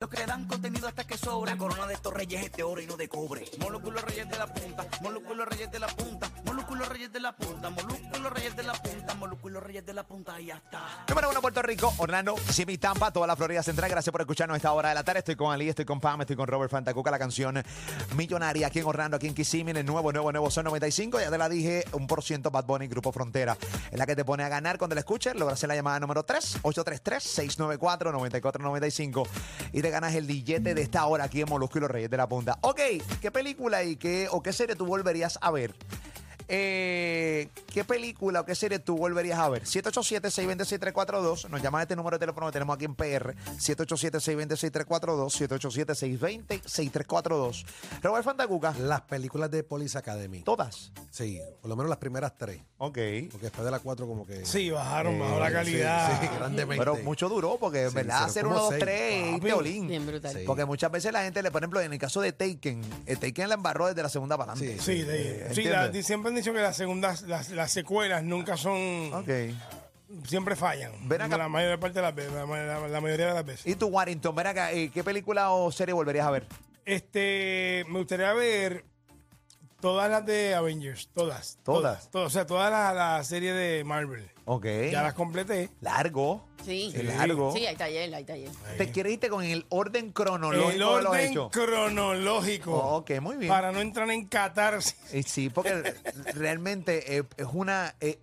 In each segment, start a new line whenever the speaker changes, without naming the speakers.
Los que le dan contenido hasta que sobra. La corona de estos reyes es de oro y no de cobre. Molúsculos reyes de la punta, molúsculos reyes de la punta, molúsculos reyes de la punta, molúsculos reyes de la punta, molúsculos reyes de la punta y ya está.
Número uno, Puerto Rico, Orlando, Simi Tampa, toda la Florida Central. Gracias por escucharnos a esta hora de la tarde. Estoy con Ali, estoy con Pam, estoy con Robert Fantacuca, la canción Millonaria aquí en Orlando, aquí en Kissimmee, en el nuevo, nuevo, nuevo Son 95. Ya te la dije, un por ciento Bad Bunny, Grupo Frontera. Es la que te pone a ganar cuando la escuches. Logras hacer la llamada número 3, 833-694-9495. Y te ganas el billete de esta hora aquí en Molusco y los Reyes de la Punta. Ok, ¿qué película y qué, o qué serie tú volverías a ver? Eh, ¿Qué película o qué serie tú volverías a ver? 787-620-6342. Nos llamas a este número de teléfono que tenemos aquí en PR. 787-620-6342. 787-620-6342. Robert Fantacuca.
Las películas de Police Academy.
Todas.
Sí, por lo menos las primeras tres.
Ok.
Porque después de las cuatro, como que. Eh,
Sí, bajaron, bajó
Sí,
la calidad.
Sí, grandemente.
Pero mucho duró porque, en
Sí,
¿verdad?
cero
Hacer
coma
uno, dos,
seis,
tres,
papi.
de olín.
Bien brutal.
Sí.
Porque muchas veces la gente, le, por ejemplo, en el caso de Taken, eh, Taken la embarró desde la segunda para adelante.
Sí.
Sí, de- sí, la-
eh, ¿Entiendes?
siempre han dicho que las segundas, las, las secuelas nunca son,
Ok.
siempre fallan.
Ven acá.
La mayor parte de las veces, la, ma- la- la mayoría de las veces.
Y tú, Warrington, ven acá, eh, ¿qué película o serie volverías a ver?
Este, me gustaría ver todas las de Avengers, todas.
Todas.
todas, o sea, todas las la series de Marvel.
Ok.
Ya las completé.
Largo.
Sí.
Es largo.
Sí, hay taller, hay taller.
Te quieres irte con el orden cronológico
El
de los
orden
hechos.
cronológico.
Oh, ok, muy bien.
Para no entrar en catarsis.
Y Eh, sí, porque realmente eh, es una eh,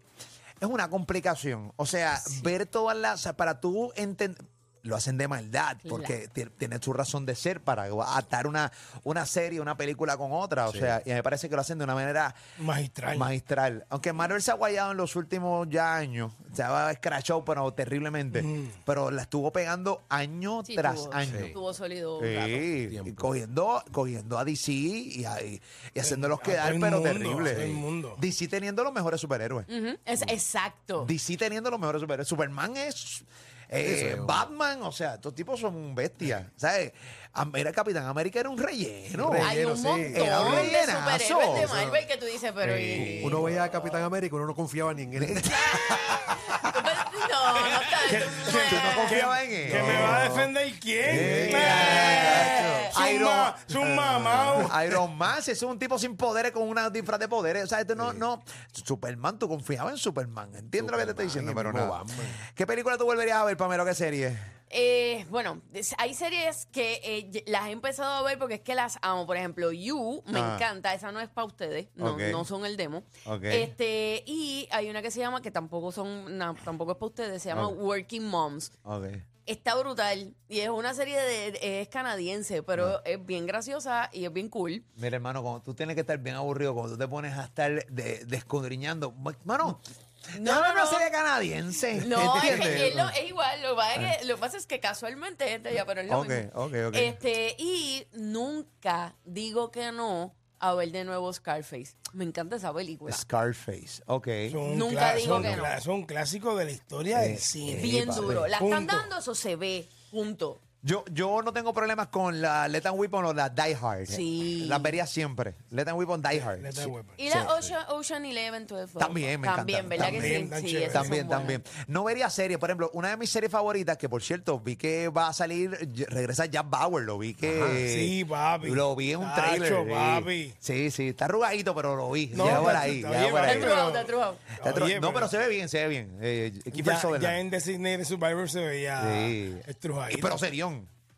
es una complicación. O sea, ver todas las. o sea, para tú entender. Lo hacen de maldad, porque ti- tiene su razón de ser para atar una, una serie, una película con otra. O sea, y me parece que lo hacen de una manera
Magistral.
magistral. Aunque Marvel se ha guayado en los últimos ya años, se ha escrachado, pero terriblemente.
Mm.
Pero la estuvo pegando año
Sí,
tras
tuvo,
año.
Tuvo sólido. un rato.
Sí, y
Tiempo.
cogiendo, cogiendo a DC y, a- y- y haciéndolos
a
quedar,
todo el
pero
mundo,
terrible.
a todo el mundo.
DC teniendo los mejores superhéroes.
Ujú, es- exacto.
DC teniendo los mejores superhéroes. Superman es. eh, Batman, o sea, estos tipos son bestias. ¿Sabes? Am- Era Capitán América, era un relleno.
hay un
sí.
montón
Era un
de
rellenazo.
superhéroes de Marvel que tú dices, pero... ¿y-
Uno veía a Capitán América y uno no confiaba ni en él.
No, no está...
¿Qué- qué-
Yo no confiaba en él.
¿Que me va a defender quién?
Eh,
Eh, su
Iron-
ma- su mamá.
Iron Man, si es un tipo sin poderes con una disfraz de poderes. O sea, este no, no. Superman, tú confiabas en Superman. Entiendo lo que te estoy diciendo, pero
mismo
nada.
Batman.
¿Qué película tú volverías a ver, Pamela? ¿Qué serie?
Eh, bueno, es- hay series que eh, y- las he empezado a ver porque es que las amo. Por ejemplo, You, me
Ah.
encanta. Esa no es para ustedes, no,
Ok.
no son el demo.
Ok.
Este, y hay una que se llama, que tampoco son, na- tampoco es para ustedes, se llama
Ok.
Working Moms.
Ok.
Está brutal. Y es una serie de, de- es canadiense, pero
Ah.
es bien graciosa y es bien cool.
Mira, hermano, cuando tú tienes que estar bien aburrido, cuando tú te pones a estar de- descudriñando. Mano, no, no, no, serie canadiense.
No, es,
¿entiendes?
que es lo- es igual. Lo que, pasa es que, lo que pasa es que casualmente es de ella, pero es lo
Ah. Ok,
mismo.
ok, ok.
Este, y nunca digo que no a ver de nuevo Scarface. Me encanta esa película.
Scarface, ok.
Nunca digo
son
que no.
cla- son clásicos de la historia del cine.
Bien
papi.
duro. La están
Punto.
dando, eso se ve. Punto.
Yo, yo no tengo problemas con la Let and Weapon o la Die Hard.
Sí.
Las vería siempre. Let and Weapon, Die Hard.
Letra
Sí.
de Weapon.
Y la Ocean, Ocean Eleven, 12.
También, me encanta.
También, ¿verdad
También,
que
tan
sí? sí?
chévere.
esas son
También,
buenas.
también. No vería series, por ejemplo, una de mis series favoritas, que por cierto, vi que va a salir, y- regresa Jack Bauer, lo vi que...
Sí, papi.
Lo vi en un
Tacho,
trailer. sí.
papi.
Sí, sí, está arrugadito, pero lo vi.
No,
ya por
pero
ahí,
está
ya
bien,
por
vale.
ahí.
Está trujado, está trujado.
Está tru-
Oye,
no, pero se ve bien, se ve bien. Eh, Kiefer
ya,
Sutherland.
ya en Designated Survivor se veía
Sí. Y
estrujadito.
pero serión.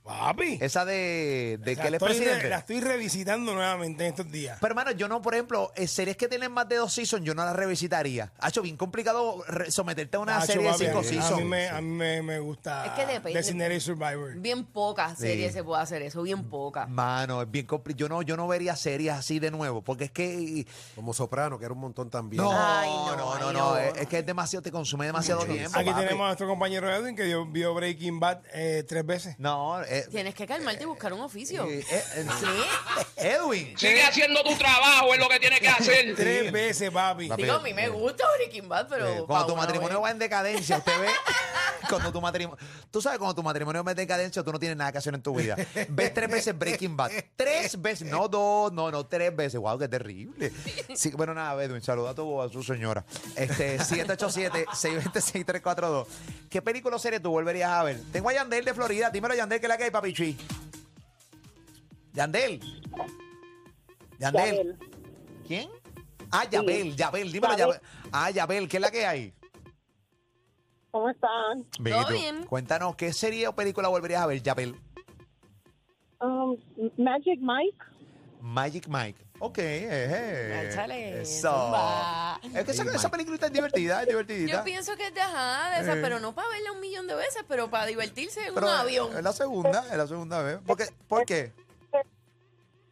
papi.
Esa de, de
la
que él es
estoy re-
presidente.
la estoy revisitando nuevamente en estos días.
Pero hermano, yo no, por ejemplo, eh, series que tienen más de dos seasons, yo no las revisitaría. Ha hecho bien complicado re- someterte a una
Nacho,
serie de
papi,
cinco
a mí-
seasons.
A mí me, a mí me, me gusta
Es que depende.
Designated Survivor.
Bien pocas series se puede hacer eso,
Mm.
bien pocas.
Mano, es bien complicado. Yo no, yo no vería series así de nuevo, porque es que...
Como Soprano, que era un montón también.
No,
Ay,
no, no,
no, ay,
no,
no.
Es, es que es demasiado, te consume demasiado tiempo.
Aquí
papi.
tenemos a nuestro compañero Edwin que dio- vio Breaking Bad eh, tres veces.
No, eh, eh,
Tienes que calmarte y buscar un oficio.
eh, eh,
¿Qué?
Edwin.
Sigue haciendo tu trabajo, es lo que tienes que hacer.
Tres veces, papi.
Papi,
Digo, a mí me gusta Breaking Bad, pero.
Eh,
pa'
cuando tu
una
matrimonio
vez.
va en decadencia, usted ve. Cuando tu matrimonio. Tú sabes, cuando tu matrimonio va en decadencia, tú no tienes nada que hacer en tu vida. Ves tres veces Breaking Bad. Tres veces. No dos, no, no, tres veces. Wow, qué terrible. Sí, bueno, nada, Edwin, saluda a tu a su señora. Este, 787-620-6342. ¿Qué película o serie tú volverías a ver? Tengo a Yandel de Florida. Dímelo, Yandel, que es la que hay, papi Chuy. Yandel. Yandel. ¿Quién? Ah, Yabel, Yabel, dímelo, Yabel. Ah, Yabel, ¿qué es la que hay?
¿Cómo están?
Bien, ¿y
Todo
tú?
bien.
Cuéntanos, ¿qué serie o película volverías a ver, Yabel?
Um, Magic Mike.
Magic Mike. Ok, eh, eh.
Échale,
Eso.
zumba.
Es que esa,
Magic
esa
Mike.
película es divertida, es divertidita.
Yo pienso que es de ajá, de esa,
Eh.
pero no para verla un millón de veces, pero para divertirse en
Pero
un avión.
Es la segunda, es la segunda vez. ¿Por qué? ¿Por qué?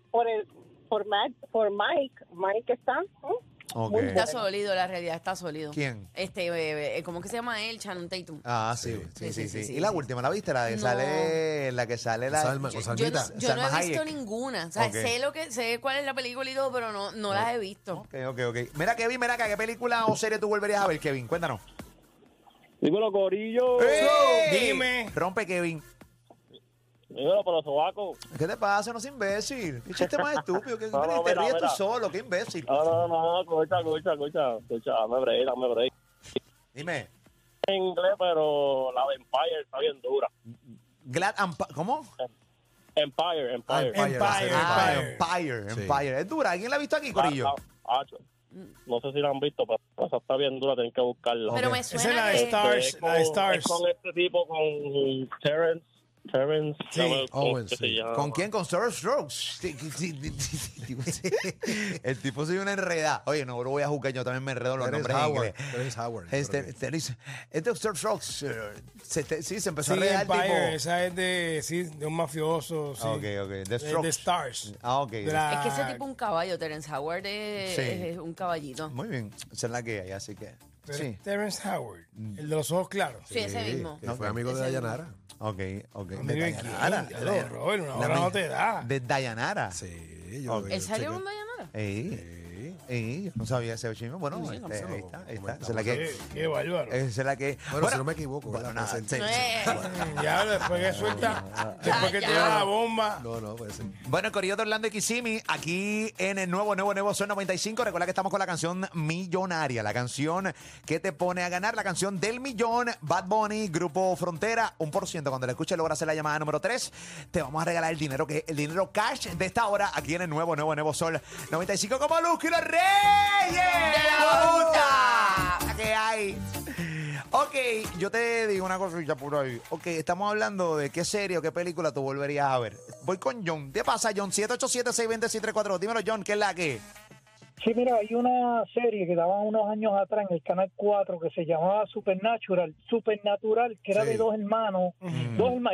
Por el, por Mac, por Mike. Mike está. ¿eh?
Ok.
Muy
Está
buena.
sólido, la realidad está sólido.
¿Quién?
Este, eh, eh, ¿cómo que se llama él? Shannon Tatum.
Ah, sí, sí, sí.
Sí,
sí,
sí, sí, sí,
y la
sí.
última, ¿la viste? La de
No.
sale, la que sale la...
Salma, con
yo
Salmita.
no, yo no
Salma
he visto
Hayek.
ninguna. O sea,
Ok.
sé lo que, sé cuál es la película y todo, pero no, no las he visto.
Ok, ok, ok. Mira, Kevin, mira acá, ¿qué película o serie tú volverías a ver, Kevin? Cuéntanos.
Dímelo, Corillo.
Eh.
Dime.
Rompe, Kevin.
Dímelo, pero sobaco.
¿Qué te pasa? No seas imbécil. ¿Qué chiste más estúpido? ¿Qué,
No, no,
te
mira,
ríes tú
mira. Ah.
solo? ¿Qué imbécil?
No, no, no, escucha, escucha, escucha. Escucha, dame break, dame break.
Dime.
En inglés, pero la de Empire está bien dura.
Glad and Pa- ¿Cómo?
Empire, Empire.
Empire,
la serie
Ah,
Empire.
Empire.
Sí.
Empire. Es dura. ¿Alguien la ha visto aquí,
La-
Corillo?
la- acho. ah, no sé si la han visto, pero esa está bien dura, tienen que buscarla.
Pero
Ok.
me
Esa es la
suena
de
Eh,
que-
Stars,
Es
la de
con-
Stars.
es con este tipo, con Terrence. Terrence.
Sí,
no me-
Owen,
¿qué
Oh, sí.
se llama?
¿Con quién? Con Sir Strokes. El tipo soy una enredada. Oye, no lo voy a juzgar, yo también me enredo los
Terrence
nombres en
Howard.
inglés.
Terrence Howard.
Este,
creo que-
Terrence- este Sir Strokes. eh, se te- sí, se empezó
Sí,
a enredar
Empire,
tipo.
esa es de, sí, de un mafioso. Sí. Eh,
Ah, ok, ok. The
De,
Strokes.
de Stars.
Ah, ok.
De la-
Es que ese tipo es un caballo, Terence Howard es,
Sí.
es un caballito.
Muy bien. Esa es la que hay, así que.
pero
Sí. Mm.
es Terrence Howard, el de los ojos claros.
Sí, ese mismo.
que fue amigo de Dayanara.
Ok, ok. De
Hombre, ¿quién?
Dayanara.
Ya lo, Robert, una hora
me-
no te da.
De Dayanara.
Sí, yo.
Ok.
¿Él salió
chequé-
con Dayanara?
Ey, ey, yo no sabía ese chisme. Bueno,
Sí,
este,
no,
ahí
no,
está,
no,
ahí
no,
está.
no,
Esa es la que.
Qué, qué bárbaro.
Esa es la que.
Bueno, si no me equivoco, Pues
bueno,
la
nada,
presente.
sí,
Eh,
sí, bueno.
Ya, después que
Ah,
suelta, después que te da la bomba.
No, no, puede ser.
Bueno, el Corillo de Orlando y Kissimmee, aquí en el nuevo, nuevo, nuevo Son 95. Recuerda que estamos con la canción Millonaria, la canción que te pone a ganar, la canción del millón, Bad Bunny, Grupo Frontera, 1%. Cuando la escuches, logra hacer la llamada número 3. Te vamos a regalar el dinero, que el dinero cash de esta hora, aquí en el nuevo, nuevo, nuevo Sol 95, como Luz y los Reyes. ¡De
la
¿Qué hay? Ok, yo te digo una cosita por ahí. Ok, estamos hablando de qué serie o qué película tú volverías a ver. Voy con John. ¿Qué pasa, John? 787-620-634. Dímelo, John, ¿qué es la que?
Sí, mira, hay una serie que daban unos años atrás en el Canal 4 que se llamaba Supernatural, Supernatural, que era
Sí.
de dos hermanos,
Mm,
Ujú.
dos herma-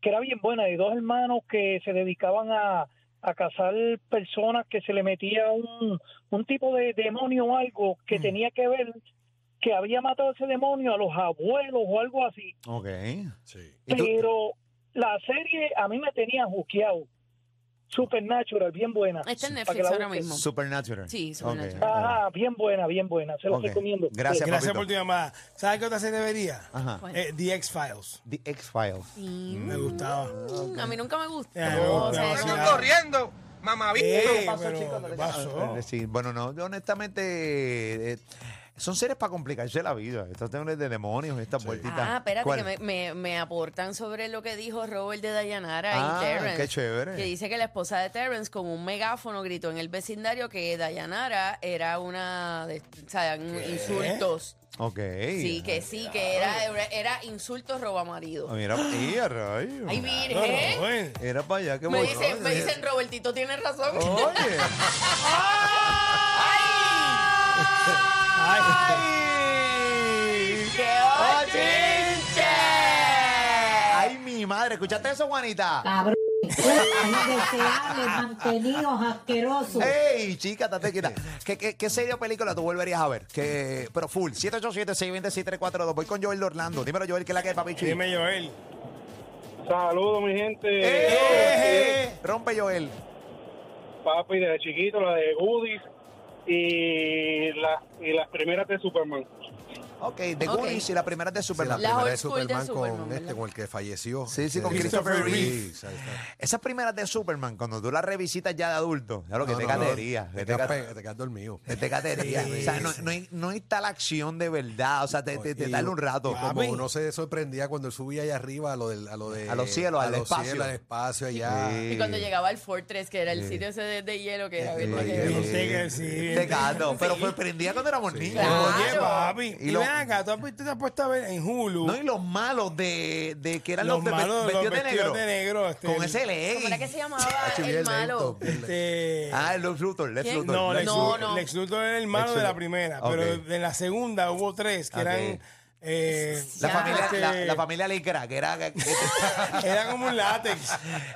que era bien buena, de dos hermanos que se dedicaban a, a cazar personas que se le metía un, un tipo de demonio o algo que
Mm.
tenía que ver que había matado ese demonio a los abuelos o algo así.
Ok.
Sí.
¿Y tú?
Pero la serie a mí me tenía juqueado. Supernatural, bien buena.
Está
Para que
en Netflix
la
ahora
busques.
mismo.
Supernatural.
Sí,
Ok.
Supernatural.
Ajá, bien buena, bien buena. Se los
Ok.
recomiendo.
Gracias, papito.
Gracias
Ah.
por tu llamada. ¿Sabes qué otra serie vería?
Ajá.
¿Cuál?
Eh, The X-Files.
The X-Files.
Pues Sí.
Me gustaba.
Mm, A mí nunca me gustó.
Ya, me
o
gustaba,
sea,
sí,
no-
claro.
corriendo, mamá.
Eh,
pasó,
pero,
chicos? No
¿qué
le-
pasó?
Eh, sí, bueno, no, yo honestamente. eh, son seres para complicarse la vida. Estos temas de demonios, estas vueltitas.
Ah, espérate,
¿Cuál?
que me, me- me aportan sobre lo que dijo Robert de Dayanara
Ah,
y Terrence.
qué chévere.
Que dice que la esposa de Terrence con un megáfono gritó en el vecindario que Dayanara era una de o sea, un- insultos.
Ok.
Sí, que sí, que era, era, era insultos roba marido.
Ah, Mira, y a rayos.
Ay, virgen.
Claro, bueno.
Era para allá que
Me
voy.
dicen, me dicen, Robertito tiene razón.
Oye. ¡Ay!
¡Qué
bochinche! ¡Ay, mi madre! ¿Escuchaste eso, Juanita?
cabrón. Indeseables, mantenidos, asquerosos.
¡Ey, chica, estate quieta! ¿Qué, qué, qué serie o película tú volverías a ver? Que, pero full, 787 620 6342 Voy con Joel de Orlando. Dímelo, Joel, ¿qué es la que es, papi?
Dime, Joel.
Saludos, mi gente.
¡Eh, Rompe Joel.
Papi, desde chiquito, la de Goodies y, la, y las primeras de Superman.
Ok, de Goonies y la primera de
Sí, la
Superman.
primera de Superman con este, con el que falleció.
Sí, sí, con Christopher Reeve. Esas primeras de Superman, cuando tú las revisitas ya de adulto, ya lo que te catería. que
Te
te ca-
quedas pe- te quedas dormido.
que te catería.
Sí,
O sea, no,
sí.
no, hay- no hay tal acción de verdad. O sea, te, te, te
Y-
dan un rato.
y como uno se sorprendía cuando él subía allá arriba a lo, del, a lo de...
A los cielos,
a
al
los
espacio.
cielos, al espacio allá.
Sí.
Y cuando llegaba al Fortress, que era el sitio ese de, de hielo que era. ¿verdad?
Sí.
Que-
Bien, sí, bien.
Te gato. Pero pues prendía cuando éramos niños.
Oye, papi.
Y
Y
lo-
ven acá, tú has visto- te has puesto a ver en Hulu.
No, y los malos de, de que eran los,
los
de-
malos, los
vestidos de negro.
de negro. este,
Con
el-
ese
¿Cómo era que
legging.
se llamaba el malo?
este,
Ah, el Lex Luthor, Lex
¿Quién?
Luthor.
No, Lex,
No,
Luthor-
no.
Lex Luthor era el malo
Lex
de la
Luthor.
primera,
Ok.
pero en la segunda hubo tres que
Ok.
eran... eh,
La
Ya.
familia,
este,
la, la familia Lycra, que era, que-
Era como un látex.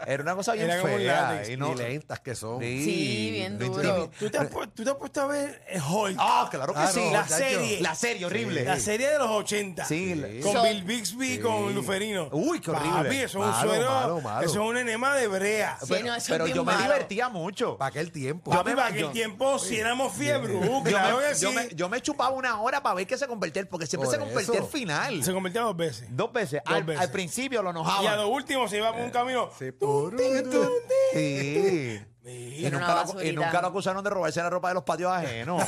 era una cosa bien
Era como un
fea.
látex.
Y
Y,
no,
lentas que son.
Sí, bien
no
duro.
intimi-
¿Tú te, has, pu- tú te has puesto a ver eh, Hulk.
Ah, claro que
Ah,
sí.
no,
la
muchacho.
serie.
La serie horrible.
La serie de los 80.
Sí, la-
Con
So-
Bill Bixby y con Luferino.
Uy, qué horrible.
Papi, eso es un
Malo,
suero.
malo, malo.
Eso es un enema de brea.
Sí,
pero
no, eso es
pero
bien
yo me
malo.
divertía mucho.
Para aquel tiempo.
Papi, para
yo-
aquel tiempo, si éramos fiebre. Uh,
Yo
claro
me,
que
yo
sí.
me- yo me chupaba una hora para ver que se convertía, el- porque siempre
Por
se convertía al
eso.
final.
Se convirtió dos veces.
Dos veces.
Dos
al,
veces.
al principio lo
Y a lo
enojaba.
último se iba por
Eh.
un camino.
Sí, por-
Sí. Y,
Era una
nunca lo, y
basurita.
nunca lo acusaron de robarse la ropa de los patios ajenos.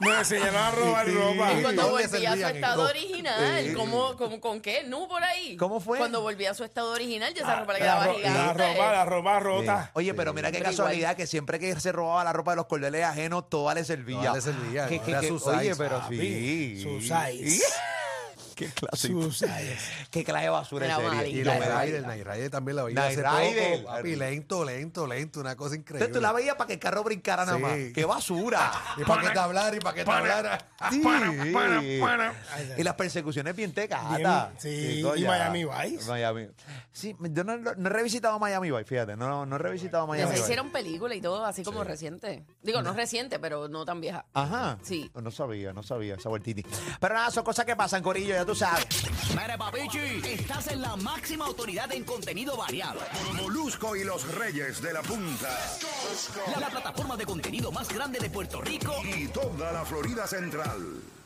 Me enseñaron a robar
Sí.
ropa.
Y cuando
¿Dónde
volvía a su
servían?
estado
¿Cómo?
original,
Sí.
¿cómo, cómo, con qué? ¿No por ahí?
¿Cómo fue?
Cuando volvía a su estado original, ya esa ropa le
Ah, La,
quedaba
ro- la
gigante.
ropa, la ropa rota.
Oye, pero mira qué
Pero
casualidad
igual.
que siempre que se robaba la ropa de los cordeles ajenos, toda le servía.
Toda le servía,
Que-
¿no?
que-
Era
que-
sus
oye,
eyes,
pero
papi.
sí.
Sus eyes.
Qué clase.
Sus eyes.
Qué clase de basura
Era
en serie.
amarilla.
Y
Y
los
Knight
Rider,
Rider.
Night Rider también la veía
Knight
hace poco.
Rider.
Papi, lento, lento, lento, una cosa increíble.
Entonces tú la veías para que el carro brincara nada
Sí.
más. ¡Qué basura!
Y para que te hablara, y para que te hablara.
Sí.
para, para.
Y las persecuciones bien tecas.
Bien, sí, y Miami Vice.
Miami. Sí, yo no, no he revisitado Miami Vice, fíjate. No, no he revisitado
Ya
Miami
se
Vice.
hicieron película y todo, así como reciente. Digo, no reciente, pero no tan vieja.
Ajá.
Sí.
No sabía, no sabía esa vueltiti. Pero nada, son cosas que pasan, Corillo, ya tú sabes.
Mira, papichi, estás en la máxima autoridad en contenido variado.
Molusco y los Reyes de la Punta.
La, la plataforma de contenido más grande de Puerto Rico.
Y toda la Florida Central.